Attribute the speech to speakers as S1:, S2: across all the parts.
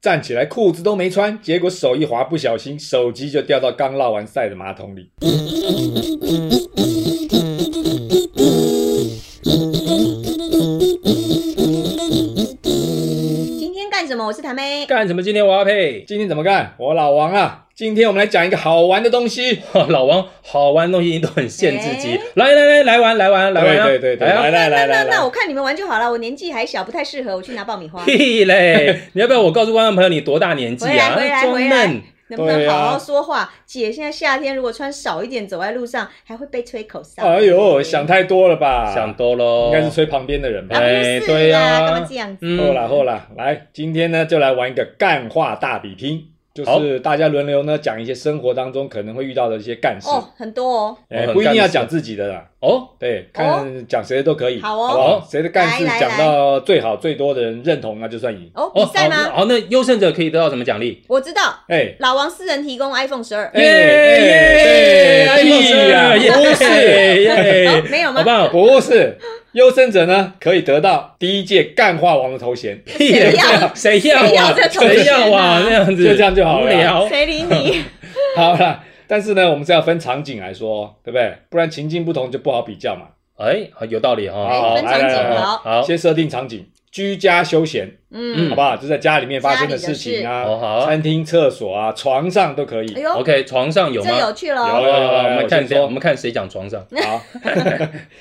S1: 站起来裤子都没穿，结果手一滑，不小心手机就掉到刚落完赛的马桶里。
S2: 今天干什么？我是谭妹。
S3: 干什么？今天我要配
S1: 今天怎么干？我老王啊，今天我们来讲一个好玩的东西。
S3: 哈老王，好玩的东西你都很限制级
S2: 哎。
S3: 来来来，来玩来玩来玩啊，
S1: 对对对对，
S3: 来
S1: 来来来
S3: 啊！
S2: 那
S1: 来
S2: 那那
S1: 来
S2: 我，看你们玩就好了，我年纪还小，不太适合。我去拿爆米花，
S3: 屁嘞！你要不要我告诉观众朋友你多大年纪
S2: 回来
S3: 啊
S2: 回来？
S3: 装
S2: 回来
S3: 嫩，
S2: 能不能
S1: 对啊
S2: 好好说话？姐，现在夏天如果穿少一点，走在路上还会被吹口哨。
S1: 哎呦，想太多了吧？
S3: 想多喽。
S1: 应该是吹旁边的人吧
S2: 啊，。
S3: 哎
S2: 不是
S3: 对
S2: 啦，
S3: 啊
S2: 干嘛这样子？
S1: 后
S3: 嗯，
S1: 啦后啦，来，今天呢就来玩一个干话大比拼，就
S3: 好
S1: 是大家轮流呢讲一些生活当中可能会遇到的一些干事，
S2: 哦，很多哦。
S1: 哎
S3: 哦很
S1: 不一定
S3: 干
S1: 要
S3: 事
S1: 讲自己的啦，
S3: 哦，
S1: 对，看讲谁的都可以，
S2: 好哦
S1: 不好？谁的干事
S2: 来来
S1: 讲到最好最多的人认同，那就算赢。
S2: 哦，比
S3: 哦，
S2: 赛吗？
S3: 好，好那优胜者可以得到什么奖励？
S2: 我知道，
S1: 哎
S2: 老王私人提供 iPhone 十二。
S1: 哎哎哎屁呀，不是
S2: 哦
S3: 耶，，
S2: 没有吗
S3: 好？棒！
S1: 不是，优胜者呢可以得到第一届干话王的头衔，
S3: 屁嘞
S2: 谁要，
S3: 谁要
S2: 谁要
S3: 啊
S2: 这？头
S3: 谁
S2: 衔啊
S3: 要啊？那样子
S1: 就这样就好了
S3: 无聊。
S2: 谁 理你？
S1: 好啦，但是呢，我们是要分场景来说哦，对不对？不然情境不同就不好比较嘛。
S3: 哎，好有道理
S1: 好
S3: 哈。
S2: 哎，分场
S1: 来来
S2: 景
S1: 来
S2: 好，
S3: 好，
S1: 先设定场景，居家休闲，
S2: 嗯，
S1: 好不好？就在家里面发生的事情
S3: 好
S1: 啊，
S3: 好啊
S1: 餐厅、厕所啊、床上都可以
S2: 哎。呦，
S3: OK，床上有吗
S2: 这？有趣哦
S1: 有
S2: 喽。
S3: 好好好
S1: 有有
S3: 我
S1: 有
S3: 们看
S1: 先说
S3: 我们看谁讲床上。
S1: 好，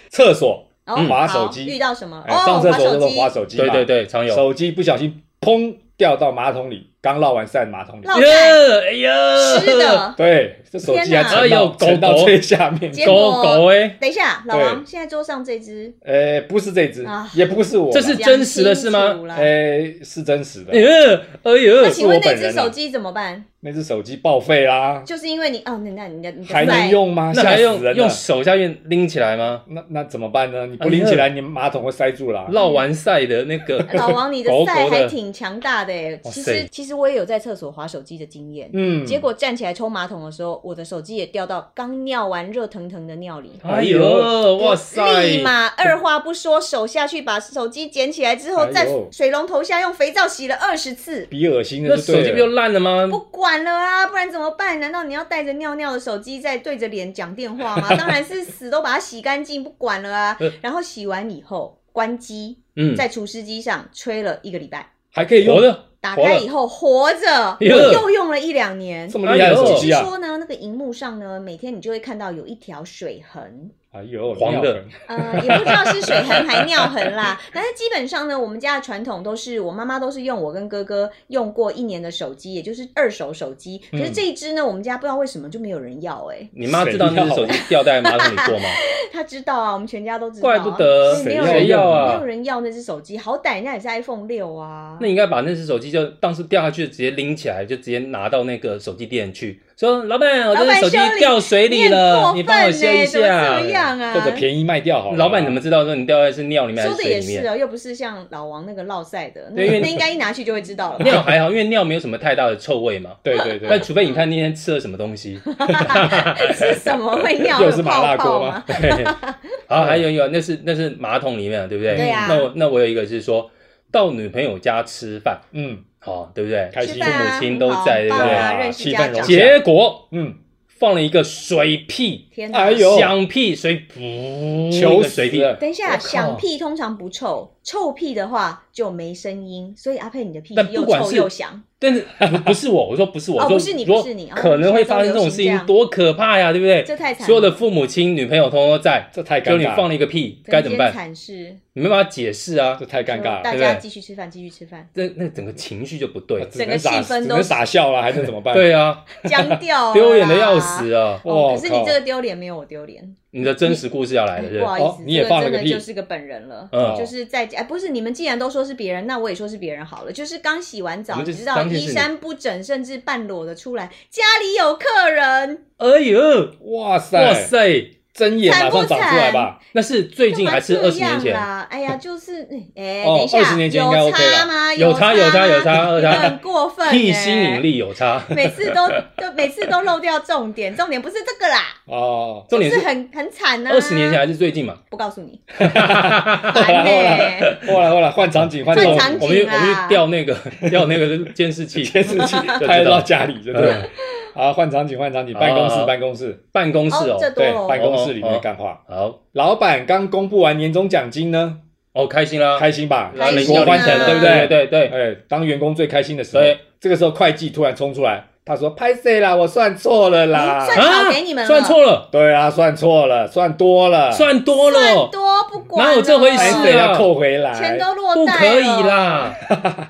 S1: 厕所，
S2: 哦
S3: 嗯
S1: 滑
S2: 好
S1: 手机
S2: 遇到什么？
S1: 哎
S2: 哦，
S1: 上厕所的时候
S2: 机，
S1: 滑手机嘛，
S3: 对对对，常有。
S1: 手机不小心砰掉到马桶里，刚捞完赛的马桶里
S2: 绕。
S3: 耶
S2: 开，
S3: 哎呀，
S2: 湿， 的。
S1: 对，这手机还
S2: 天哪
S1: 沉
S3: 哎呦
S1: 到
S3: 狗
S1: 沉到
S3: 狗
S1: 最下面。
S2: 结
S3: 狗
S2: 果
S3: 狗哎，
S2: 等一下，老王，
S1: 对
S2: 现在桌上这只
S1: 呃，不是这只
S2: 啊，
S1: 也不是我啦，
S3: 这是真实的是吗
S2: 讲清楚啦
S1: 呃是真实的
S3: 哎。呀，哎
S2: 那
S3: 呀，
S2: 请问
S1: 是我
S2: 那
S1: 本人
S2: 只
S1: 啊
S2: 手机怎么办？
S1: 那只手机报废啦，
S2: 就是因为你哦，那那你的你的
S1: 还能
S2: 在
S1: 用吗？
S3: 那
S1: 吓
S3: 还
S1: 死
S3: 用
S1: 人
S3: 用啊
S1: 了。
S3: 手下面拎起来吗？
S1: 那那怎么办呢？你不拎起来，你马桶会塞住啦。
S3: 绕完赛的那个，
S2: 老王，你的
S3: 狗狗
S2: 赛
S3: 的
S2: 还挺强大的耶。
S3: 哇
S2: 其
S3: 塞
S2: 实其实我也有在厕所滑手机的经验，
S1: 嗯，
S2: 结果站起来冲马桶的时候，我的手机也掉到刚尿完热腾腾的尿里。
S3: 哎呦，哇塞，
S2: 立马二话不说，手下去把手机捡起来之
S1: 哎
S2: 后，
S1: 呦
S2: 在水龙头下用肥皂洗了二十次，
S1: 比恶心
S3: 那
S1: 的就对
S3: 手
S1: 了
S3: 机不就烂了吗？
S2: 不管了啊，不然怎么办？难道你要带着尿尿的手机在对着脸讲电话吗？当然是死都把它洗干净，不管了啊
S3: 呃。
S2: 然后洗完以后关机，
S3: 嗯，
S2: 在除湿机上吹了一个礼拜，
S1: 还可以用
S3: 活的，
S2: 打
S3: 活
S2: 开
S3: 了
S2: 以后活着，我
S3: 哎呦
S2: 又用了一两年。
S1: 这么厉害的手机
S2: 据
S1: 啊！
S2: 说呢，那个荧幕上呢，每天你就会看到有一条水痕，
S1: 哎呦，
S3: 黄的
S1: 尿痕，
S2: 呃，也不知道是水痕还尿痕啦。但是基本上呢，我们家的传统都是我妈妈都是用我跟哥哥用过一年的手机，也就是二手手机。可
S3: 嗯
S2: 是这一只呢，我们家不知道为什么就没有人要哎、
S3: 你妈知道那只手机
S1: 啊
S3: 掉在马桶里过吗？
S2: 他知道啊，我们全家都知道、啊，
S3: 怪不得
S2: 是没有
S3: 谁
S2: 人
S3: 要
S2: 没
S3: 啊
S2: 有？人要那只手机，好歹人家也是 iPhone 六啊
S3: 那。你应该把那只手机就当时掉下去，直接拎起来，就直接拿到那个手机店去，说老板，我这
S2: 老板
S3: 手机
S2: 修理
S3: 掉水里了，
S2: 你很过
S3: 你帮我
S2: 分
S3: 修
S2: 呢、
S3: 一
S2: 怎么
S3: 下
S2: 这。样啊？
S1: 或者便宜卖掉好了。啊
S3: 老板怎么知道说你掉在是尿里面还
S2: 说的
S3: 是水
S2: 也
S3: 里
S2: 是
S3: 面？
S2: 哦，又不是像老王那个落赛的，那
S3: 对因为
S2: 那应该一拿去就会知道了吧。
S3: 尿还好，因为尿没有什么太大的臭味嘛。
S1: 对 对啊对
S3: 但，除非你看那天吃了什么东西。
S2: 吃什么会尿？
S1: 又
S2: 有
S1: 是麻
S2: 泡
S1: 辣
S2: 泡
S1: 锅吗
S2: 吗？
S3: 好，还有有那是那是马桶里面，对不对？
S2: 对啊
S3: 那我那我有一个是说到女朋友家吃饭，
S1: 嗯，
S3: 好、对不对？
S1: 开
S2: 吃
S1: 心
S2: 饭啊
S3: 父母亲都在
S2: 很
S1: 对
S2: 棒
S1: 不
S2: 啊，
S1: 对
S2: 认识
S1: 气
S2: 家
S1: 氛融
S2: 长。
S1: 洽
S3: 结果
S1: 嗯，
S3: 放了一个水屁，
S2: 天哪！
S1: 哎呦，
S3: 响屁，水噗，
S1: 求
S3: 嗯一个
S1: 死
S3: 水屁。
S1: 了，
S2: 等一
S3: 我
S2: 下，
S3: 靠
S2: 响屁通常不臭，臭屁的话就没声音，所以阿佩你的屁
S3: 但
S2: 又
S3: 不管
S2: 臭
S3: 是
S2: 又响。
S3: 但是不不是我，我说不是我，
S2: 哦
S3: 我说
S2: 不是你
S3: 如果
S2: 不是你哦
S3: 可能会发生这种事
S2: 现在都流行这样
S3: 情，多可怕呀，对不对？
S2: 这太惨了
S3: 所有的父母亲、女朋友通通都在，
S1: 这太
S3: 就
S1: 尴
S3: 你
S1: 尬
S3: 放
S1: 了，
S3: 了一个屁，该怎么办？
S2: 惨事，
S3: 你没办法解释啊
S1: 这，太尴
S2: 就
S1: 尬了，
S2: 大
S3: 对不
S2: 家
S3: 对
S2: 继续吃饭，继续吃饭，
S3: 那那整个情绪就不
S1: 那
S3: 对。
S1: 只
S2: 整
S1: 能
S2: 个
S1: 傻，
S2: 气氛
S1: 只
S2: 都
S1: 能傻笑了，还能怎么办？
S3: 对啊，
S2: 僵掉了啦
S3: 丢脸的要死。啊！
S2: 哦，
S1: 哇，
S2: 可是你这个丢脸没有我丢脸，
S3: 你的真实故事要来
S2: 哎
S3: 了，嗯对
S2: 不
S3: 不
S2: 好
S3: 对？
S2: 意
S1: 哦
S2: 思，
S1: 你也
S2: 这个
S1: 放了
S2: 真的
S1: 个屁
S2: 就是个本人了。
S1: 哦
S2: 就是在哎，不是你们既然都说是别人，那我也说是别人好了。就是刚洗完
S3: 我
S2: 澡，
S3: 们就
S2: 你知道
S3: 当天是
S2: 衣
S3: 你
S2: 衫不整，甚至半裸的出来，家里有客人，
S3: 哎呦，
S1: 靠哇塞，
S3: 哇塞，
S1: 睁眼马
S2: 惨不
S1: 上长出来吧？
S3: 那是最近还是
S2: 干嘛
S3: 二
S2: 这
S3: 十
S2: 样
S3: 年前？
S2: 啦？哎呀，就是哎、
S1: 哦
S2: 等一下，
S1: 20年前应该 OK 了
S2: 有差吗？
S3: 有
S2: 差
S3: 差
S2: 有
S3: 有差有差有差
S2: 很过分、 欸，
S3: 替吸引。力有差，
S2: 每次都都每次都漏掉重点，重点不是这个啦，
S1: 哦，
S3: 重点
S2: 就是很啊很惨呐、
S3: 二十年前还是最近嘛？
S2: 不告诉 你，欸
S1: 后来后
S2: 烦呢、
S1: 来后来后来换场景换
S2: 换
S1: 场景，
S2: 场景
S3: 哦我们去我
S2: 啦
S3: 们去调 那个调那个监视 器，
S1: 监视器
S3: 道
S1: 拍到家里，真的
S3: 对
S1: 啊，换场景换场景，办公室
S3: 啊
S1: 办公室，
S3: 办公室
S2: 哦，这
S3: 哦，
S2: 多
S1: 对，
S2: 了
S1: 办
S2: 哦，
S1: 公室里
S3: 哦哦
S1: 面干话。
S3: 好
S1: 老板刚公布完年终奖金呢，
S3: 哦，开心啦，
S1: 开心吧？
S2: 开
S1: 举
S2: 心
S1: 国
S2: 啊
S1: 欢腾，对不对？
S3: 对对对，
S1: 哎，当员工最开心的时候
S3: 对，
S1: 这个时候会计突然冲出来，他说：“拍谁啦？我算错了啦
S2: 哎！算好给你们了
S3: 啊算错了，
S1: 对啊，算错了，算多了，
S3: 算多了
S2: 算，多不管，
S3: 哪有这回事
S1: 拍
S3: 啊
S1: 谁要扣回来？
S2: 钱都落
S3: 不
S2: 袋了，
S3: 可以，啦，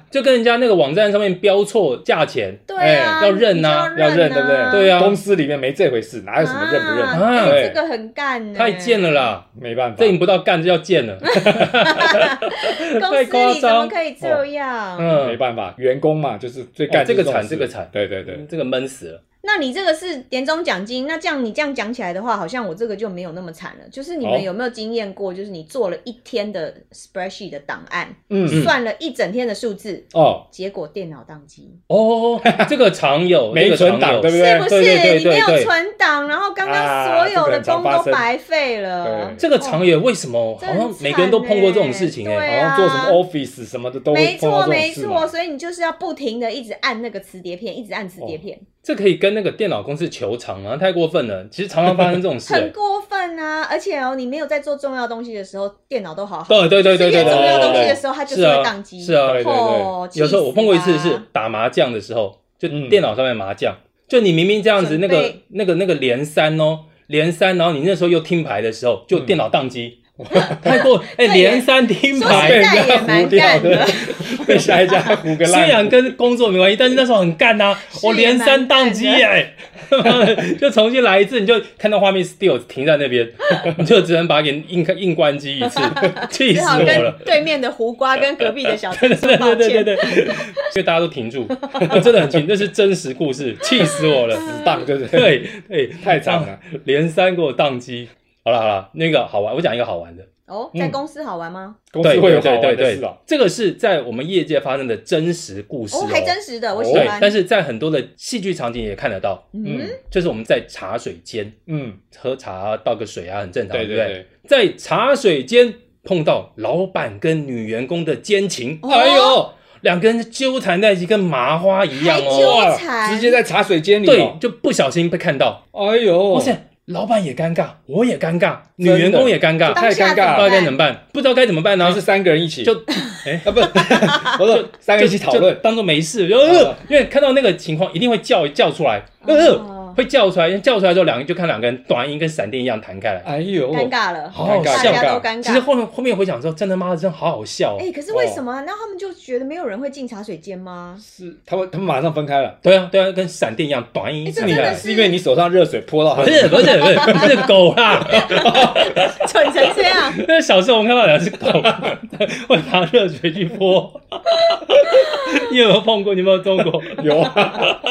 S3: 就跟人家那个网站上面标错价钱，
S2: 对啊，
S3: 哎要认啊
S2: 你就
S1: 要认，
S2: 啊
S1: 对不对？
S3: 对啊
S1: 公司里面没这回事，哪有什么认不认？
S3: 啊
S2: 哎
S1: 对
S2: 这个很干呢，
S3: 太贱了啦。
S1: 没办法
S3: 这，你不到干就要贱了，
S2: 公司
S3: 太夸
S2: 里怎么
S3: 张
S2: 可以
S1: 哦
S2: 这样？
S3: 嗯，
S1: 没办法，员工嘛，就是最干
S3: 哦这个惨
S1: 事
S3: 这个惨
S1: 对对对，
S3: 这个闷死了。
S2: 那你这个是年终奖金，那这样你这样讲起来的话，好像我这个就没有那么惨了。就是你
S1: 好
S2: 们有没有经验过，就是你做了一天的 spreadsheet 的档案，
S1: 嗯
S2: 算了一整天的数字，
S1: 哦，
S2: 结果电脑宕机，
S3: 哦，这个常 有，
S1: 没存档
S3: 档
S1: 对不
S2: 是
S1: 对？
S2: 不是？
S3: 对对对
S2: 你没有
S3: 对对
S2: 存档，然后刚刚
S1: 啊
S2: 所有
S1: 这个
S2: 的
S1: 很常
S2: 工
S1: 发
S2: 都
S1: 生
S2: 白费了哦
S1: 对。
S3: 这个常有，为什么好像每个人都碰过这种事情
S2: 真惨
S3: 哎？
S2: 欸
S1: 好像做什么 Office 什么的都
S2: 没
S1: 会碰到这
S2: 错，
S1: 种
S2: 没
S1: 事嘛
S2: 错，。所以你就是要不停的一直按那个磁碟片，一直按磁
S1: 哦
S2: 碟片，
S3: 这可以跟那个电脑公司求偿吗？太过分了，其实常常发生这种事。
S2: 很
S3: 哎
S2: 过分啊！而且哦，你没有在做重要东西的时候，电脑都好好
S3: 对哦对对对
S2: 是越
S3: 对对
S2: 重要
S3: 对
S2: 东西
S3: 对
S2: 的
S3: 对，
S2: 时候，它就是是会
S3: 啊
S2: 宕机。
S3: 是啊
S1: 对对
S2: 哦，
S3: 有时候
S2: 气
S3: 我碰过一次
S2: 死
S3: 是
S2: 啊
S3: 打麻将的时候，就
S1: 嗯
S3: 电脑上面麻将，就你明明这样子
S2: 准
S3: 那
S2: 备
S3: 个那个那个连三哦。连三，然后你那时候又听牌的时候，
S1: 嗯
S3: 就电脑 宕机，太过
S2: 对
S3: 哎，连三听
S2: 说
S3: 牌
S2: 实，在也蛮干的，
S1: 被下一家糊个
S3: 虽
S1: 烂
S3: 然。跟工作没关系，但是那时候很干呐、我连三
S2: 啊
S3: 宕机哎， 就重新来一次，你就看到画面 still 停在那边， 你就只能把它给硬硬关机一 次，气
S2: 只
S3: 死
S2: 好
S3: 我
S2: 跟
S3: 了。
S2: 对面的胡瓜跟隔壁的小陈说
S3: 对
S2: 抱
S3: 对对对
S2: 歉。
S3: 对，因为大家都停住，真的很停，这是真实故事，气死我了。
S1: 死当对不对？
S3: 对对，
S1: 太惨了，
S3: 连三给我宕机。好了好了，那个好玩，我讲一个好玩的。
S2: 哦，在
S1: 嗯
S2: 公司好玩吗？
S1: 公司会有好
S3: 对
S1: 玩
S3: 对
S1: 的
S3: 对
S1: 事
S3: 对
S1: 哦。，
S3: 这个是在我们业界发生的真实故事
S2: 哦，还真实的，我喜
S3: 对
S2: 欢，。
S3: 但是在很多的戏剧场景也看得到，
S2: 嗯，
S1: 嗯
S3: 就是我们在茶水间
S1: 嗯，
S3: 喝茶啊、倒个水啊，很正常，
S1: 对
S3: 不
S1: 对对。
S3: 在茶水间碰到老板跟女员工的奸情，
S2: 哦
S3: 哎呦，两个人纠缠在一起，跟麻花一样
S2: 还
S3: 哦，
S2: 纠
S1: 哇
S2: 缠，
S1: 直接在茶水间里
S3: 对，
S1: 哦。
S3: 就不小心被看到，
S1: 哎呦
S3: 哇，塞，老板也尴尬，我也尴尬，女
S1: 真的
S3: 员工也尴尬，
S1: 太
S2: 当
S1: 尴
S2: 下
S1: 尬了
S3: 不知道该怎么办，不知道该怎么办
S1: 还
S3: 呢
S1: 是，三个人一起
S3: 就
S1: 啊，不 是，不是三个一起讨
S3: 就
S1: 论。
S3: 当做没事，就呃
S1: 啊，
S3: 因为看到那个情况一定会叫叫出来，
S2: 哦
S3: 呃，会叫出来，叫出来之后，两个就看两个人短音跟闪电一样弹开来，
S1: 哎呦，
S2: 尴尬了，
S3: 好好
S1: 尴尬
S2: 大
S3: 笑
S2: 家
S1: 尴
S2: 都
S1: 尬
S2: 尴
S3: 其实
S2: 尬。
S3: 后面后面回想之后，真他妈的真好好笑哦。
S2: 哎，可是为什么啊？那他们就觉得没有人会进茶水间吗？
S1: 是他们他们马上分开了，
S3: 对啊，对啊，跟闪电一样，短音
S2: 哎这
S3: 闪
S2: 真
S3: 开
S2: 的
S3: 来。
S2: 是
S1: 是因为你手上热水泼到他
S3: 不
S1: 们。
S3: 是不是不是不是狗啦！
S2: 蠢成这样，
S3: 那小时候我们看到两只狗， 会拿热水去泼。 你有没有碰过？你有没有中过？
S1: 有啊，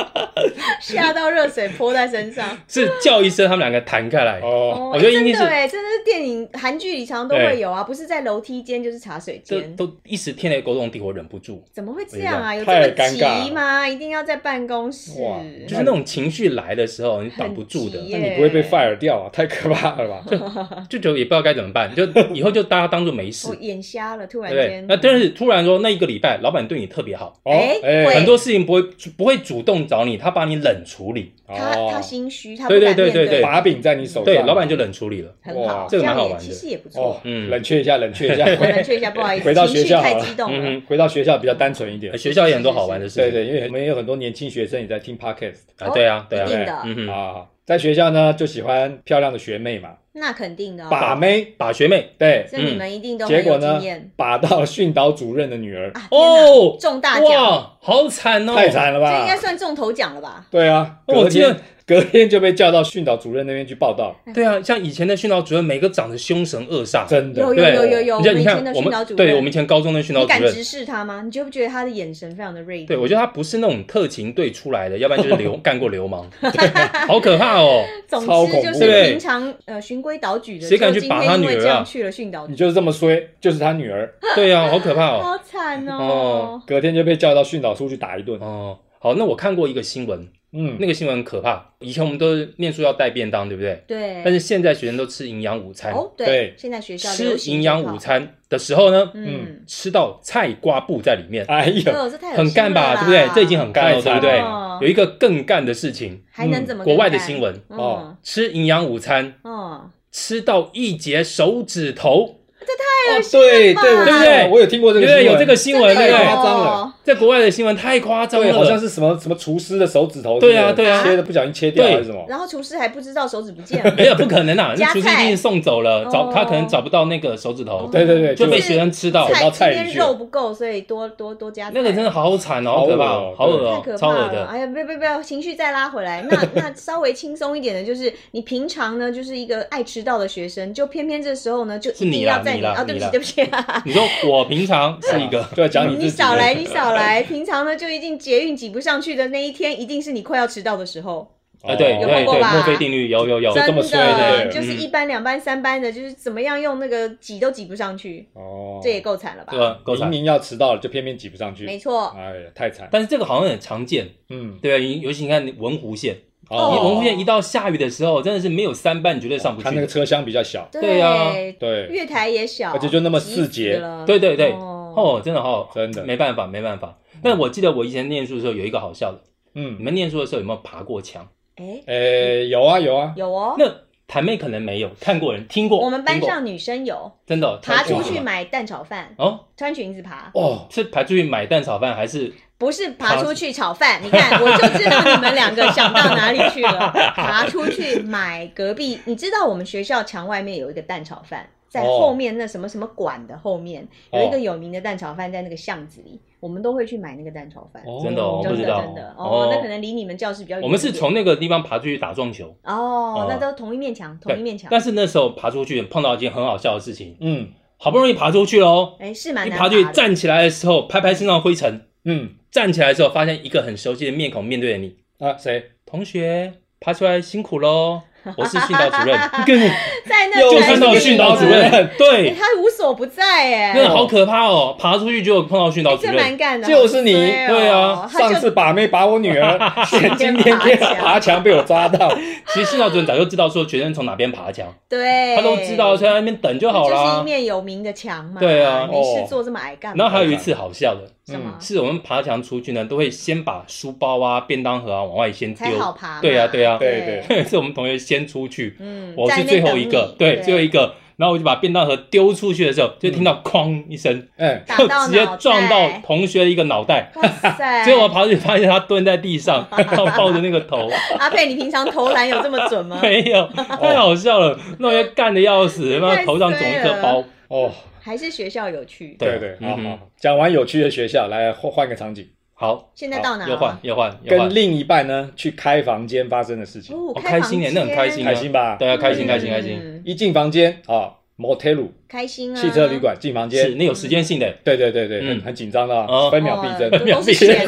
S2: 吓到热水泼在身上。
S3: 是叫一声，他们两个弹开来。
S1: 哦，
S2: 哦，
S3: 我觉得
S2: 哎
S3: 一定
S2: 真
S3: 是
S2: 的哎，真的是电影、韩剧里常常都会有啊，不是在楼梯间就是茶水
S3: 这
S2: 间，
S3: 都一时天雷勾动地火，忍不住，
S2: 怎么会这样
S3: 哎
S2: 啊？有这
S1: 太
S2: 么
S1: 尴尬
S2: 急吗？一定要在办公室？
S1: 哇
S3: 就是那种情绪来的时候，你挡不住的
S2: 很，急啊
S1: 那你不会被 fire 掉啊？太可怕了吧？
S3: 就觉得也不知道该怎么 办，就以后就大家当做没事
S2: 我，眼瞎了，突
S3: 对
S2: 然
S3: 不对
S2: 间？。
S3: 那但是突然说那一个礼拜，老板对你特别好，
S1: 哦，
S2: 哎会
S3: 很多事情不会不会主动找你，他把你冷处理，
S2: 他
S1: 哦
S2: 他心虚，他不
S3: 对
S2: 敢面
S3: 对对对
S1: 把柄在你手上，
S3: 对，老板就冷处理了。
S2: 很好
S1: 哇，
S3: 这个蛮好玩
S2: 样
S3: 的
S2: 也其实也不
S1: 哦
S2: 错，。
S3: 嗯
S1: 冷却一下，冷 却一下，
S2: 我冷却一下，不好意思，
S1: 回到
S2: 情绪
S1: 学校
S2: 太
S1: 好了
S2: 激动了。
S3: 嗯
S1: 回到学校比较单纯一点
S3: 哼，。学校也很多好玩的事
S1: 对
S3: 情。
S1: 对，因为我们也有很多年轻学生也在听 podcast
S3: 啊，对啊，对啊
S2: 一，
S1: 对
S2: 定的，
S3: 嗯哼，
S1: 啊，在学校呢就喜欢漂亮的学妹嘛，
S2: 那肯定的哦。
S1: 把妹，
S3: 把嗯学妹
S1: 对，
S2: 这你们一定都
S1: 结
S2: 很有
S1: 果呢
S2: 经验
S1: 把到训导主任的女儿，
S2: 啊！天
S3: 哦
S2: 哪，中大奖，
S3: 哇，好惨哦，
S1: 太惨了
S2: 这应该
S1: 吧？
S2: 算中头奖了吧？
S1: 对啊，
S3: 哦我
S1: 隔
S3: 记
S1: 天
S3: 得
S1: 隔天就被叫到训导主任那边去报道，
S3: 对啊，像以前的训导主任，每个长得凶神恶煞。
S1: 真的
S2: 哎有
S3: 对
S2: 有有有
S3: 你看，你
S2: 我们以前
S3: 看
S2: 的
S3: 我
S2: 训导
S3: 们
S2: 主，任
S3: 对我们以前高中的训导
S2: 你敢
S3: 主任，
S2: 直视他吗？你就不觉得他的眼神非常的锐利？
S3: 对我觉得他不是那种特勤队出来的，要不然就是 流干过流氓， 好可怕哦！
S2: 总
S1: 超
S2: 之
S1: 恐
S2: 就
S1: 怖
S2: 是
S3: 对
S2: 平常呃循规蹈矩的，
S3: 谁敢
S2: 就
S3: 去
S2: 今
S3: 把
S2: 天
S3: 他
S2: 因为
S3: 女儿
S2: 这样
S3: 啊
S2: 去了训导
S1: 你
S2: 主
S1: 就是这么衰，就是他女儿，
S3: 对啊，好可怕
S2: 任，
S3: 哦！
S2: 好惨哦
S3: 哦。
S1: 隔天就被叫到训导处去打一顿。
S3: 哦，好，那我看过一个新闻，
S1: 嗯，
S3: 那个新闻很可怕。以前我们都是念书要带便当，对不对？
S2: 对，
S3: 但是现在学生都吃营养午餐，
S2: 哦，对
S1: 对，
S2: 现在学校流
S3: 吃
S2: 行
S3: 营
S2: 这
S3: 养
S2: 套
S3: 午，餐的时候呢，
S2: 嗯，
S3: 吃到菜瓜布在里面，
S1: 哎
S2: 哎
S1: 呀，
S2: 呦，这太恶
S3: 很
S2: 心
S3: 干
S2: 了
S3: 吧，对
S2: 啦
S3: 不对？这已经很干了，对
S1: 太
S3: 不对
S2: 惨了？
S3: 有一个更干的事情，
S2: 还能哦怎么？
S3: 国外的新，闻，
S2: 嗯
S1: 哦
S3: 吃营养午餐
S2: 嗯，
S3: 吃到一节手指头，
S1: 哦对对
S3: 对
S1: 对
S3: 不对
S1: 我有听过这个新
S3: 对不
S1: 闻，
S3: 对？有这个新闻，
S2: 真的
S3: 对不
S1: 太
S3: 对
S1: 夸？张
S2: 哦
S1: 了，
S3: 在国外的新闻太夸张
S1: 对，
S3: 了，
S1: 好像是什么什么厨师的手指头，
S3: 对啊
S1: 是不是
S3: 对啊
S1: 切的不小心切掉
S3: 对
S1: 还是什么？
S2: 然后厨师还不知道手指不见 了，
S3: 没有不可能啊，
S2: 夹菜哦
S3: 那厨师一定送走了，找他可能找不到那个手指头，
S1: 对对对，
S3: 就被
S2: 是
S3: 学生吃到
S1: 走，
S2: 菜
S1: 到菜
S2: 今
S1: 里
S2: 天
S1: 去
S2: 肉不够，所以多多多加菜。
S3: 那个真的好惨哦，
S1: 好
S3: 好可
S1: 恶
S3: 怕
S1: 哦
S3: 哦，好恶
S2: 太
S3: 哦
S2: 可，
S3: 超
S2: 怕
S3: 恶
S2: 了！
S3: 的。
S2: 哎呀，别别别，情绪再拉回来。 那那稍微轻松一点的，就是你平常呢，就是一个爱迟到的学生，就偏偏这时候呢，就一
S3: 是
S2: 定
S3: 你
S2: 要
S3: 啦
S2: 在
S3: 你啦
S2: 啊，对不
S3: 你
S2: 起
S3: 啦
S2: 对不起 啊，
S3: 你说我平常是一
S1: ，
S3: 个
S1: 就在啊讲你自己，
S2: 嗯你
S3: 嗯
S2: 少来，你少来。平常呢，就一定捷运挤不上去的那一天，一定是你快要迟到的时候。
S1: 哦
S3: 呃，对
S2: 有
S3: 对
S2: 碰过
S3: 对，
S2: 吧
S3: 墨菲定律有有有，
S1: 这
S2: 真
S1: 么衰
S2: 的，
S3: 嗯
S1: 对嗯
S2: 就是一班、两班、三班的，就是怎么样用那个挤都挤不上去，
S1: 哦，
S2: 这也够惨了吧
S3: 对？啊吧？够
S1: 明
S3: 惨。
S1: 明要迟到了，就偏偏挤不上去，
S2: 没错，
S1: 哎呀，太惨。
S3: 但是这个好像很常见，
S1: 嗯，
S3: 对吧？啊尤其你看文湖线，
S2: 哦
S3: 你
S2: 文
S3: 文湖线一到下雨的时候，真的是没有三班你绝对上不
S1: 它那个
S3: 去。
S1: 车厢比较小，
S3: 对啊
S1: 对，
S2: 月台也小，
S1: 而且就那么
S2: 挤
S1: 四
S2: 死
S1: 节
S2: 了
S3: 对对对，
S2: 哦，
S3: 哦，真的好，
S1: 真的
S3: 没办法，没办法。但我记得我以前念书的时候有一个好笑的，你
S1: 嗯，
S3: 们念书的时候有没有爬过墙？
S2: 哎，
S1: 诶，有啊有啊，
S2: 有哦。
S3: 那谭妹可能没有看过人，听过。
S2: 我们班
S3: 听过
S2: 上女生有
S3: 真的
S2: 爬出
S3: 穿裙
S2: 去
S3: 子吗
S2: 买蛋炒饭，
S3: 哦，
S2: 穿裙子爬，
S1: 哦，
S3: 是爬出去买蛋炒饭还是
S2: 不是爬出去炒饭。你看，我就知道你们两个想到哪里去 了。爬出去买隔壁，你知道我们学校墙外面有一个蛋炒饭，在
S1: 哦
S2: 后面那什么什么馆的后面有一个
S1: 哦
S2: 有名的蛋炒饭，在那个巷子里，我们都会去买那个蛋炒饭。
S1: 哦
S3: 真的哦我不
S2: 真
S3: 知
S2: 的
S3: 道
S2: 真的
S3: 哦
S2: 哦，那可能离你们教室比较远一点。
S3: 我们是从那个地方爬出去打撞球？
S2: 哦
S3: 呃，
S2: 那都同一面墙，同
S3: 对
S2: 一面墙。
S3: 但是那时候爬出去碰到一件很好笑的事情，
S1: 嗯
S3: 好不容易爬出去喽，
S2: 哎，是蛮
S3: 一
S2: 难
S3: 爬
S2: 爬
S3: 出去
S2: 的。
S3: 站起来的时候，拍拍身上的灰尘，
S1: 嗯
S3: 站起来的时候发现一个很熟悉的面孔面对着你，
S1: 啊，谁？
S3: 同学爬出来辛 苦喽，我是训导主任，跟你
S2: 在那
S1: 又
S2: 才
S3: 看
S1: 看
S3: 到
S1: 到
S2: 是
S3: 训
S1: 训
S3: 导
S1: 导
S3: 主
S1: 主
S3: 任
S1: 任，
S2: 哎
S3: 对，
S2: 他无所不在哎，
S3: 那好可怕哦，爬出去就碰到训导主
S2: 这
S3: 任
S2: 蛮，干的，
S1: 就是你
S2: 好衰哦
S3: 对啊
S2: 他就
S1: 上次把妹把我女儿， 现今天天爬墙被我抓到，
S3: 其实训导主任早就知道说学生从哪边爬墙，
S2: 对，
S3: 他都知道，所以在那边等就好
S2: 这哎就是一
S3: 啦。
S2: 面有名的墙嘛，
S3: 对啊
S2: 没事
S1: 哦
S2: 做这么矮干嘛？
S3: 然后还有一嗯次好笑的，
S2: 什么
S3: 是我们爬墙出去呢，都会先把书包啊、便当盒啊往外先丢
S2: 才。好爬嘛？
S3: 对啊对啊
S1: 对对，
S3: 是我们同学先出去，
S2: 嗯，
S3: 我是最后一
S2: 在那边
S3: 个，
S2: 等你
S3: 对，最后一个。然后我就把便当盒丢出去的时候，就听
S2: 嗯
S3: 到哐一声，
S1: 哎，
S2: 打
S3: 就
S2: 到
S3: 直接
S2: 脑袋
S3: 撞到同学的一个脑袋。
S2: 哇 塞！
S3: 结果我爬出去发现他蹲在 地上，然后抱着那个头，
S2: 阿佩，你平常投篮有这么准 吗？
S3: 没 有，太好笑了，那我就干的要死，然后头上肿一颗包。
S1: 哦，
S2: 还是学校有趣？
S3: 对
S1: 对对，好
S3: 嗯
S1: 好，好讲完有趣的学校，来换换个场景，
S3: 好，
S2: 现在到哪了
S3: 又换又换又换
S1: 跟，另一半呢去开房间发生的事情，
S2: 哦
S3: 哦，
S2: 开
S3: 开
S2: 房
S3: 心
S2: 间
S3: 耶那很开心
S1: 开心吧？
S3: 对啊，开
S2: 嗯
S3: 心开心开心，
S1: 一进房间啊，motel
S2: 开心啊！
S1: 汽车旅馆进房
S3: 是
S1: 间，
S3: 那有时间性的，
S1: 对对对对，很
S3: 嗯
S1: 很紧张的啊，
S3: 哦
S1: 分秒必
S2: 哦
S1: 争。
S2: 都是钱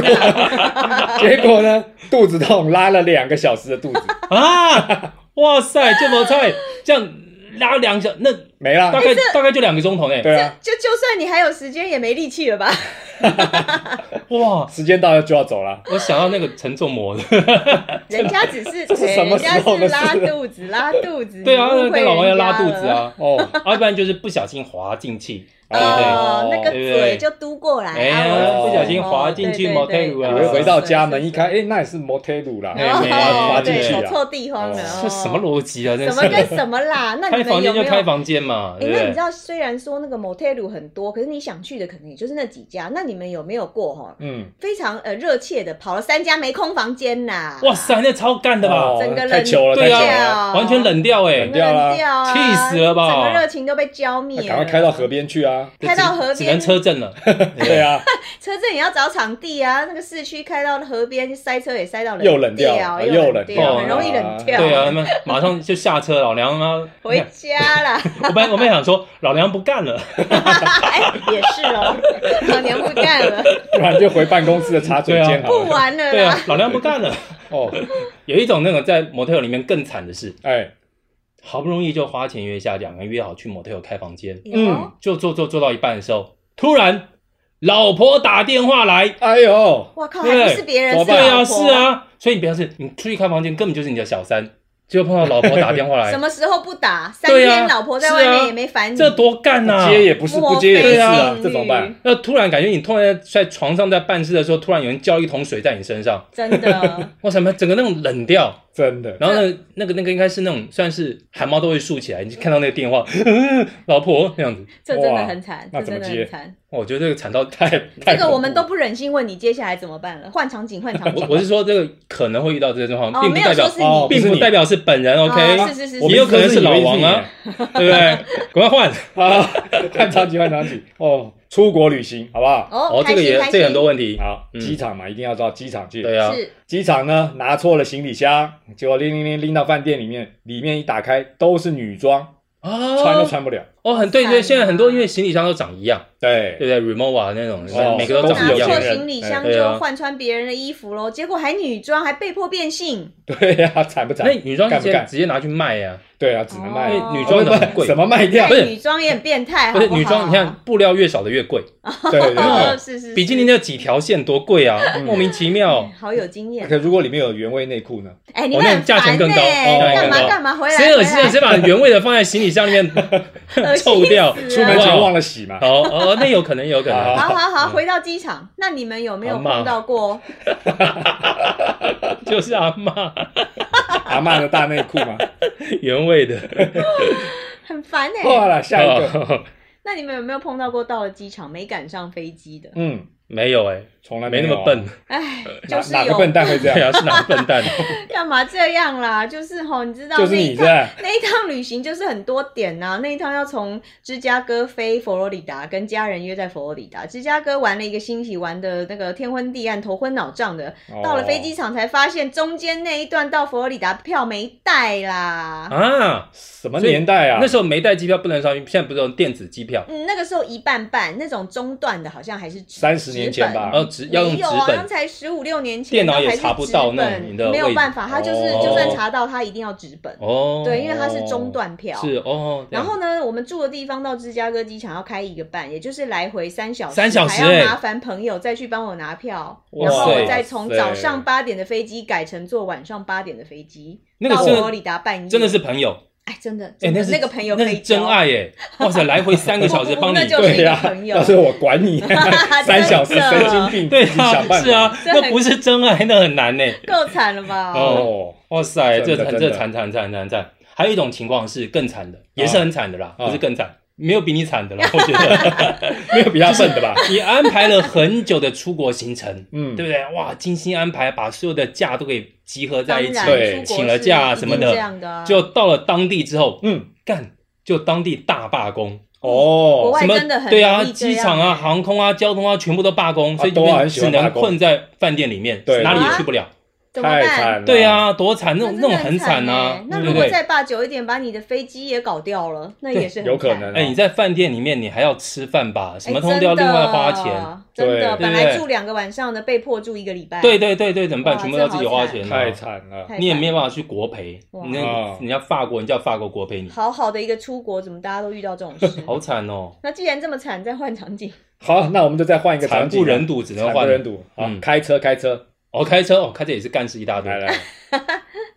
S2: 啊！
S1: 结果呢，肚子痛，拉了两个小时的肚子
S3: 啊！哇塞，这么菜，这样拉两小，那
S1: 没了
S3: 大。概大概就两个钟头哎，
S1: 对啊，
S2: 就就算你还有时间，也没力气了 吧？
S3: 哇！
S1: 时间到了就要走了。
S3: 我想到那个陈仲模
S2: 嗯
S3: 的，
S2: 人家只是，哎
S1: 这是什么
S2: 人家
S1: 时候
S2: 是
S1: 的
S2: 拉
S1: 事了
S2: 肚子，拉肚子。
S3: 对啊，
S2: 你误
S3: 那
S2: 会
S3: 个老王要
S2: 人家
S3: 拉肚子
S2: 了。
S3: 啊，
S1: 哦，哎
S3: 要不然就是不小心滑进去，对不哎对？
S2: 哦，那个
S3: 对不对
S2: 嘴就嘟过来，
S3: 哎呀
S2: 啊我
S1: 不小心
S3: 滑进去
S2: 哦对对
S3: motel 啊
S1: 以
S2: 对
S1: 为
S2: 对
S1: 回到家门一开，
S2: 是是
S1: 哎，那也是 motel 啦，
S3: 哎没
S1: 滑
S2: 哦
S1: 进
S2: 对，
S1: 去
S2: 走
S1: 啊。
S2: 错地方了，
S1: 哦
S2: 哦
S3: 这什么？逻辑啊？真
S2: 什
S3: 是
S2: 么跟什么啦？那你
S3: 开
S2: 们
S3: 房
S2: 有
S3: 间
S2: 没
S3: 就开
S2: 有？
S3: 房间嘛，嘛，
S2: 哎、
S3: 对不
S2: 那你知
S3: 对？
S2: 道，虽然说那个 motel 很多，可是你想去的可能也就是那几家。那你们有没有过哈？
S1: 嗯，
S2: 非常呃热切的跑了三家没空房间呐、
S3: 哇塞，那超干的吧？
S1: 哦
S2: 整个人
S1: 太糗了，太
S3: 对
S1: 糗了，
S2: 啊
S3: 完全冷掉哎、
S2: 整
S1: 冷
S2: 个
S1: 掉
S2: 人
S1: 啦
S2: 掉啊，
S3: 气死了吧
S2: 整个热情都被浇灭
S1: 那
S2: 了。
S1: 赶快开到河，边去啊！
S2: 开到河边
S3: 只能车震了。
S1: 对啊，
S2: 车震也要找场地啊。那个市区开到河边，塞车也塞到
S1: 又冷
S2: 掉，
S1: 掉
S2: 又
S1: 又
S2: 冷
S1: 冷
S3: 哦掉
S2: 很容易冷掉。
S3: 对啊，他，们马上就下车，老娘啊，
S2: 回家 啦。
S3: 我本来我本来想说老娘不干了，
S2: 哎，也是哦，老娘不干 了，
S1: 不然就回办公室的茶水间好
S2: 不
S1: 了。
S2: 玩了
S3: 对啊
S2: 啦。，
S3: 老娘不干了。
S1: 哦，
S3: 有一种那种在 motel 里面更惨的是，
S1: 哎，
S3: 好不容易就花钱约下两个人约好去 motel 开房间，
S2: 有哦
S1: 嗯
S3: 就做做做到一半的时候，突然老婆打电话来，
S1: 哎呦，
S2: 哇靠，还
S3: 对
S2: 不是别人，
S1: 怎
S2: 是
S1: 么办
S3: 对
S2: 老婆
S3: 啊，是。啊，所以你不要是你出去开房间根本就是你的小三，结果碰到老婆打电话 来
S2: 什，么时候不打？三
S3: 啊对啊
S2: 天老婆在外
S3: 是
S2: 面
S3: 啊
S2: 也没烦你，
S3: 这多干啊呐、
S1: 接也不是，不接也不是啊
S2: 莫非，
S1: 这怎么办？
S3: 那突然感觉你突然在在床上在办事的时候，突然有人浇一桶水在你身上，
S2: 真 的
S3: 哇什么整个那种冷掉，
S1: 真的，
S3: 然后那个那个那个应该是那种算是汗毛都会竖起来，你看到那个电话， 嗯老婆那样子，
S2: 这真的很惨，
S1: 哇
S2: 这真的
S1: 那怎么接
S2: 很惨。
S3: 哇我觉得这个惨到太
S2: 这
S3: 太恐
S2: 个
S3: 怖
S2: 我们都不忍心问你接下来怎么办了，换场景，换场
S3: 我
S2: 景。
S3: 我是说这个可能会遇到这个状况，
S2: 哦，
S3: 并不
S2: 没有
S3: 代
S2: 说
S3: 表
S2: 是你，
S1: 哦
S3: 并不代表是本人，OK，
S2: 哦是是是
S1: 我
S3: 也有可能是老王
S1: 明明
S3: 啊，对不对？赶快换
S1: 啊， 看场景，看场景哦，出国旅行好不好？
S2: 哦
S3: 哦，，这个也
S2: 开心
S3: 这个很多问题，
S1: 好，
S3: 嗯
S1: 机场嘛，一定要到机场去。
S3: 对啊，
S2: 是
S1: 机场呢拿错了行李箱，结果拎拎拎拎到饭店里面，里面一打开都是女装，穿都
S3: 哦
S1: 穿不了。
S3: 哦，很对
S2: 惨啊
S3: 对，现在很多因为行李箱都长一样，对不
S1: 对，
S3: 对？Remova 啊那种
S1: 哦，
S3: 每个都
S2: 拿
S3: 长一
S1: 有
S3: 样
S1: 钱
S2: 错
S1: 人，
S2: 行李箱
S3: 对啊
S2: 就换穿别人的衣服喽，结果还女装，还被迫变性，
S1: 对呀、惨不惨
S3: 那？女装
S1: 干
S3: 直
S1: 不
S3: 接
S1: 干？
S3: 直接拿去卖呀、
S1: 对啊，只能卖。
S3: 因
S2: 哦
S3: 为女装的很贵
S1: 什，么卖掉
S2: 卖？
S3: 不是
S2: 女装也很变态，
S3: 不
S2: 哎好
S3: 是
S2: 好？
S3: 女装，你看布料越少的越贵，
S1: 对对
S2: 哦，
S1: 对。
S2: 是是是
S3: 比基尼那几条线多贵啊，
S1: 嗯
S3: 莫名其妙。
S2: 好有经验，
S1: 可如果里面有原味内裤呢？
S2: 哎，你
S3: 哦
S2: 们
S3: 那
S2: 很
S3: 价钱
S2: 烦
S3: 更高
S2: 呢
S1: 哦
S2: 干嘛
S3: 更高
S2: 干嘛回来？
S3: 谁恶心
S2: 回
S3: 了，
S2: 来
S3: 谁把原味的放在行李箱里面
S2: 啊 恶心
S3: 臭掉？
S2: 死了
S1: 出门前忘了洗 嘛？
S3: 哦哦，那有可能，有可能。
S2: 好好好，
S3: 嗯
S2: 回到机场，那你们有没有
S3: 阿嬷
S2: 碰到过？
S3: 就是阿妈
S1: 阿嬷的大内裤嘛。
S3: 原味的。
S2: 很烦哎、
S1: 好了，下一 个，
S3: 哦
S2: 那你们有没有碰到过到了机场没赶上飞机的？
S1: 嗯，
S3: 没有哎，
S1: 从来
S3: 没那
S1: 有啊
S3: 么笨。
S2: 哎，
S3: 呃
S1: 哪
S2: 就是
S1: 哪个
S2: 有
S1: 笨蛋会这
S3: 对
S1: 样？
S3: 啊，是哪个笨蛋？
S2: 干嘛这样啦？就是吼，你知道
S1: 就是
S2: 那
S1: 你
S2: 一
S1: 这
S2: 趟
S1: 样。
S2: 那一趟旅行就是很多点呐、那一趟要从芝加哥飞佛罗里达，跟家人约在佛罗里达。芝加哥玩了一个星期，玩的那个天昏地暗、头昏脑胀的。到了飞机
S1: 哦，
S2: 场才发现，中间那一段到佛罗里达票没带啦。
S3: 啊，
S1: 什么年代啊？
S3: 那时候没带机票不能上去，现在不是有电子机票？
S2: 嗯，那个时候一半半，那种中段的，好像还是纸
S1: 30年前吧
S2: 纸
S3: 然后哦只
S2: 本
S3: 要用
S2: 没
S3: 纸
S2: 有啊，好像
S3: 本，
S2: 才十五六年前，
S3: 电脑
S2: 然
S3: 也
S2: 后还是
S3: 查不到
S2: 纸
S3: 那
S2: 本
S3: 你的
S2: 没有
S3: 位置
S2: 办法，他就是、
S1: 哦
S2: 就算查到，他一定要纸本，
S3: 哦，
S2: 对，因为它是中段票。
S3: 是哦，这
S2: 然
S3: 样
S2: 后呢，我们住的地方到芝加哥机场要开一个半，也就是来回三小时，
S3: 三小时
S2: 还
S3: 欸
S2: 要麻烦朋友再去帮我拿票，
S3: 哇
S2: 然后我
S3: 塞
S2: 再从
S1: 塞
S2: 早上八点的飞机改成坐晚上八点的飞机，
S3: 那个
S2: 到
S3: 真的
S2: 佛罗里达半夜，
S3: 真的是朋友，
S2: 哎，真的，
S3: 哎，
S2: 真的
S3: 是
S2: 那个朋友可
S3: 那是
S2: 以
S3: 真
S2: 交
S3: 爱 耶！哇塞，来回三个小时
S2: 不不不
S3: 帮 你
S2: 那，就
S1: 对呀、
S2: 是一个朋友
S1: 要是我管 你三小时，神经病，
S3: 对
S1: 自己想
S3: 啊，
S1: 办法。
S3: 是啊，
S2: 这很
S3: 那不是真爱，那很难呢。
S2: 够惨了吧？
S1: 哦，
S3: 哇塞，
S1: 真
S3: 这
S1: 的
S3: 惨
S1: 真
S3: 这
S1: 的
S3: 惨惨惨惨惨！还有一种情况是更惨的，也是很惨的啦，
S1: 啊
S3: 不是更惨，没有比你惨 的啦。我觉得
S1: 没有比他笨的吧？
S3: 你安排了很久的出国行程，
S1: 嗯，
S3: 对不对？哇，精心安排，把所有的假都给集合在一起
S2: 当然，
S1: 对
S2: 出国
S3: 请了
S2: 是
S3: 假
S2: 一
S3: 什么
S2: 定
S3: 的
S2: 这样的啊、
S3: 就到了当地之后，
S1: 嗯，
S3: 干就当地大罢工，
S2: 国
S1: 哦，
S2: 外
S3: 什么
S2: 真的很
S3: 对啊，
S2: 容易这
S3: 机
S2: 样
S3: 场啊、航空啊、交通啊，全部都罢工，所以
S1: 都很喜
S3: 只
S1: 欢罢
S3: 能
S1: 工
S3: 困在饭店里面，
S1: 对
S3: 哪里也
S2: 啊
S3: 去不了。
S2: 怎么
S1: 太
S2: 办？
S1: 惨了。
S3: 对，啊，多惨，那种
S2: 真
S3: 那种
S2: 的
S3: 很惨啊
S2: 欸，那
S3: 对
S2: 如
S3: 不
S2: 果
S3: 对？
S2: 再霸久一点，把你的飞机也搞掉了，那
S3: 对
S2: 也是很
S1: 有可
S2: 惨
S1: 能、。哦。
S3: 哎，你在饭店里面，你还要吃饭吧？什么
S2: 哎
S3: 通都要另外花。
S2: 真哎
S3: 钱。
S2: 的真的，
S1: 对
S2: 本
S3: 对不
S2: 来
S3: 对
S2: 住两个晚上的，被迫住一个礼拜。
S3: 对，对对对，怎么办？
S2: 哇
S3: 全部都要自己花钱啊
S1: 太惨了。
S2: 太
S3: 你也
S2: 惨
S3: 没
S2: 了
S3: 办法去国赔，
S2: 哇嗯
S3: 那个人家法国人叫法国国赔你，
S2: 好好的一个出国，怎么大家都遇到这种事？
S3: 好啊惨哦，
S2: 那既然这么惨，再换场景。
S1: 好，那我们就再换一个
S3: 惨
S1: 场景、啊
S3: 不忍，睹，只能
S1: 惨不
S3: 换
S1: 忍睹。好，
S3: 嗯
S1: 开车，开车，
S3: 哦，开车哦，开车也是干事一大堆
S1: 哎来。来。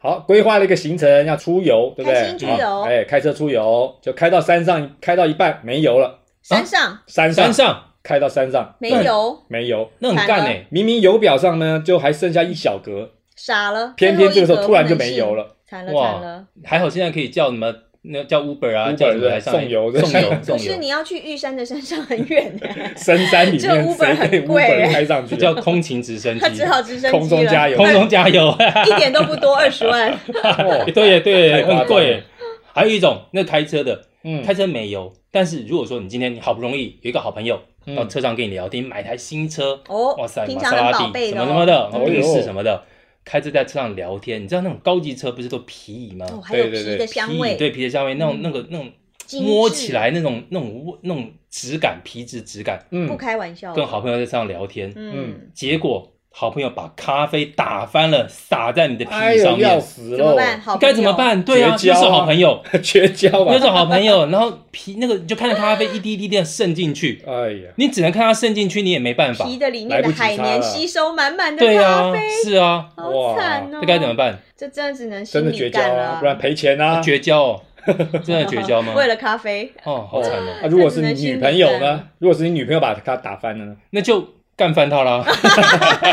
S1: 好，规划了一个行程，要出游，对不
S2: 开心
S1: 对？
S2: 出
S1: 好
S2: 游
S1: 哎，开车出游，就开到山上，开到一半没油了，
S2: 山上
S1: 山上
S3: 山上
S1: 开到山上
S2: 没
S3: 那
S2: 油，
S1: 没油，
S3: 那很干哎，
S1: 明明油表上呢就还剩下一小格，
S2: 傻了。
S1: 偏偏
S2: 最后
S1: 这个
S2: 一
S1: 时候
S2: 格
S1: 突
S2: 不
S1: 然
S2: 能
S1: 就没
S2: 信
S1: 油，了。
S2: 惨了
S3: 哇
S2: 惨了。
S3: 还好现在可以叫什么那叫 Uber 啊，
S1: Uber，
S3: 叫什么来
S1: 对
S3: 上
S1: 送油的
S3: 送油
S2: 可
S3: 送
S2: 是
S3: 油，
S2: 你要去玉山的山上很远 的、
S1: 深山里
S2: 这
S1: 面
S2: Uber
S1: 谁
S2: 很
S1: 被 Uber
S2: 贵欸
S1: 开上去
S3: 这
S1: 啊？
S3: 叫空勤直升
S2: 他
S3: 机
S2: 只，好直升机了。
S1: 空中加油
S3: 空中加油。
S2: 一点都不多，二十万。
S1: 哦
S3: 对对，
S1: 太夸张
S3: 很贵
S1: 了。
S3: 还有一种，那开车的，
S1: 嗯
S3: 开车没油，但是如果说你今天你好不容易有一个好朋友
S1: 嗯
S3: 到车上跟你聊天，买台新车，
S2: 哦，
S3: 哇塞，
S2: 平
S3: 玛
S2: 常
S3: 莎
S2: 很
S3: 拉
S2: 宝
S3: 蒂
S2: 贝
S3: 什
S2: 的、
S3: 么
S2: 哦，
S3: 什么的，
S1: 哦
S3: 宾
S1: 哎呦
S3: 士什么的，开车在车上聊天，你知道那种高级车不是都皮椅吗？
S2: 哦，还有
S1: 对对
S2: 皮
S1: 对
S2: 的香
S3: 皮椅
S2: 味，嗯
S3: 对皮的香味，那种那个那种摸起来那种那种味那种质感，皮质质感，
S2: 精致不
S1: 嗯，
S2: 开玩笑。
S3: 跟好朋友在车上聊天，
S2: 嗯，
S3: 结果好朋友把咖啡打翻了，洒在你的皮
S1: 哎
S3: 椅
S1: 呦
S3: 上
S1: 要
S3: 面，
S1: 死
S2: 怎么
S1: 喽！
S2: 办？好朋友
S3: 嗯该怎么？办？对啊，
S1: 绝
S3: 又
S1: 交啊
S3: 是好朋友，
S1: 绝交啊
S3: 又
S1: 吧！
S3: 是好朋友，然后皮那个你就看着咖啡一滴一滴的渗进去，
S1: 哎呀，
S3: 你只能看它渗进去，你也没办法
S2: 皮。的里
S1: 来
S2: 面
S1: 不
S2: 的
S1: 及
S2: 海
S1: 擦
S2: 绵
S1: 了
S2: 吸收满满的
S3: 对
S2: 咖
S3: 啊
S2: 啡，，
S3: 是啊，
S2: 好惨哦！
S3: 这该怎么？办？
S2: 这真的只能心
S1: 真的
S2: 里
S1: 绝交
S2: 干了
S1: 啊，
S2: 啊，
S1: 不然赔钱啊！
S3: 绝交 哦，真的绝交吗？
S2: 为了咖啡，
S3: 哦，好惨哦，
S1: 啊，如果是
S2: 那
S1: 你
S2: 只能心
S1: 女
S2: 里
S1: 朋友
S2: 干
S1: 呢？如果是你女朋友把他打翻了呢？
S3: 那就干翻他啦，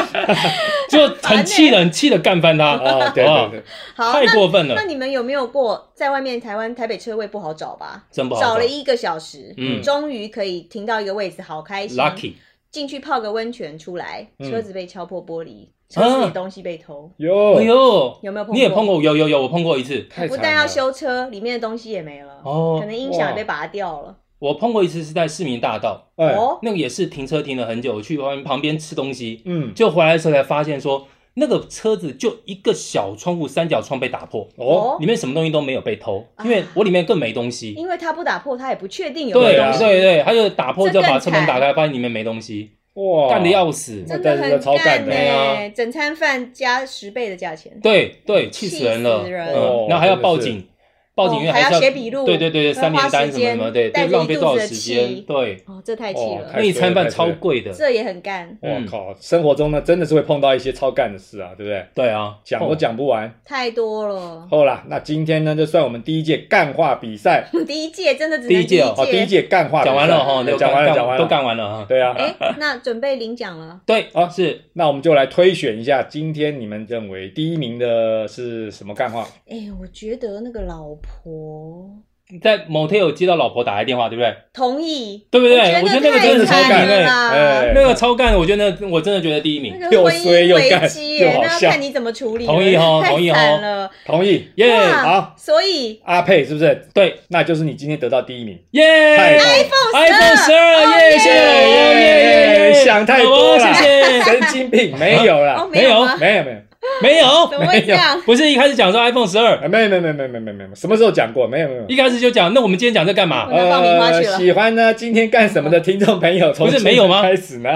S3: 就很气的，很气的干翻他，
S1: 啊，对对
S3: 好不好
S1: 对，
S2: 好，
S3: 太
S2: 那
S3: 过分
S2: 那
S3: 了，
S2: 你们有没有过在外面台湾台北车位不好找吧？
S3: 真不好
S2: 找
S3: 找
S2: 了一个小时，
S3: 嗯
S2: 终于可以停到一个位置，好开心。
S3: ，lucky，
S2: 进去泡个温泉，出来
S1: 嗯
S2: 车子被敲破玻璃，车子里的东西被偷，
S1: 哟，
S3: 哎呦，
S2: 有没有碰过？
S3: 啊你也碰过？有有有，我碰过一次。
S1: 太惨了
S2: 不但要修车，里面的东西也没了，
S3: 哦
S2: 可能音响也被拔掉了。
S3: 我碰过一次是在市民大道，
S1: 哎，
S2: 哦，
S3: 那个也是停车停了很久，我去外面旁边吃东西，
S1: 嗯，
S3: 就回来的时候才发现说，那个车子就一个小窗户三角窗被打破，
S1: 哦，
S3: 里面什么东西都没有被偷，
S2: 啊
S3: 因为我里面更没东西。
S2: 因为他不打破，他也不确定有没
S3: 对
S2: 有
S1: 啊
S2: 东西，
S3: 对对，他就打破之
S2: 这
S3: 后
S2: 更
S3: 把车门
S2: 惨
S3: 打开，发现里面没东西，
S1: 哇，
S3: 干的要死。
S2: 真的
S1: 那
S2: 很
S1: 超干的
S2: 呢、
S3: 对啊
S2: 整餐饭加十倍的价钱。
S3: 对对，气死人了。
S2: 气死人哦
S1: 哦
S3: 嗯，然后还要报
S1: 真
S3: 警，报警因为
S2: 还
S3: 是
S2: 要写笔录
S3: 对对对，
S2: 还要
S3: 三
S2: 花
S3: 连单
S2: 时
S3: 什么什么，
S2: 间
S3: 对，
S2: 带
S3: 就
S2: 着
S3: 浪
S2: 一
S3: 费
S2: 肚
S3: 多少
S2: 子的
S3: 时间
S2: 气？
S3: 对，
S2: 哦，这太气
S1: 哦
S2: 了，
S1: 太
S3: 那一餐
S1: 太
S3: 饭
S1: 衰
S3: 超
S1: 了
S3: 贵的。
S2: 这也很干，
S1: 我
S3: 嗯
S1: 靠，生活中呢真的是会碰到一些超干的事啊，对不对？
S3: 对啊，
S1: 讲都
S3: 哦
S1: 讲不完。
S2: 太多了。
S1: 好啦，那今天呢就算我们第一届干话比赛，
S2: 第一届真的只能
S3: 第一届哦
S1: 哦，第一届干话比赛
S3: 讲完了哈，
S1: 对
S3: 都
S1: 讲完了，
S3: 干
S1: 讲完
S3: 都
S1: 了，
S3: 干完了哈。
S1: 对啊。
S2: 哎、那准备领奖了，
S3: 对
S1: 啊
S3: 是
S1: 那我们就来推选一下，今天你们认为第一名的是什么干话？
S2: 哎、我觉得那个老婆
S3: 在 motel 接到老婆打来电话，对不对？
S2: 同意，
S3: 对不对
S2: 我
S3: 我觉得那个
S2: 太
S3: 真的是
S2: 惨
S3: 超欸感
S2: 了
S3: 人
S2: 啦
S1: 哎对
S3: 那个超干的，我觉得那我真的觉得第一名，
S2: 那个婚姻危机
S1: 又衰又
S2: 耶，
S1: 干又
S2: 那
S1: 好
S2: 要
S1: 笑
S2: 看你怎么处理了。
S3: 同意哦同意哦
S2: 太惨了，
S1: 同意，
S3: 耶，
S2: 哇
S1: 好，
S2: 所以
S1: 阿佩是不是？
S3: 对，
S1: 那就是你今天得到第一名。
S3: 耶
S1: 太棒了
S3: ，iPhone 十二，耶，谢谢，耶耶耶耶，
S1: 想太多了
S3: 好啊谢谢，
S1: 神经病，没有
S2: 哦
S1: 啦，
S2: 没有吗？
S1: 没有没有
S3: 啊没有
S2: 怎，么会这样？
S3: 不是一开始讲说 iPhone 十二，
S1: 啊没有没有没有没有没有没有没有，什么时候讲过？没有没有。没有
S3: 一开始就讲，那我们今天讲这干嘛
S2: 我？要爆米花去了
S1: 呃喜欢呢今天干什么的听众朋友，从
S3: 不是
S1: 现在
S3: 没有吗
S1: 开始呢，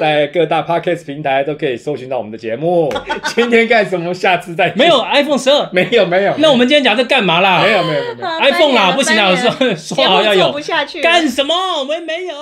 S1: 在各大 podcast 平台都可以搜寻到我们的节 目。今天干什么？下次再见
S3: 没有 iPhone 十二，
S1: 没有没有，
S3: 那我们今天讲这干嘛啦
S1: 没有没有没有没有。
S2: 啊
S3: ？iPhone 啦，不行
S2: 翻脸了
S3: 啦，说
S2: 翻脸
S3: 说好要
S2: 节目做
S3: 有
S2: 不，下去了，
S3: 干什么？我们没有。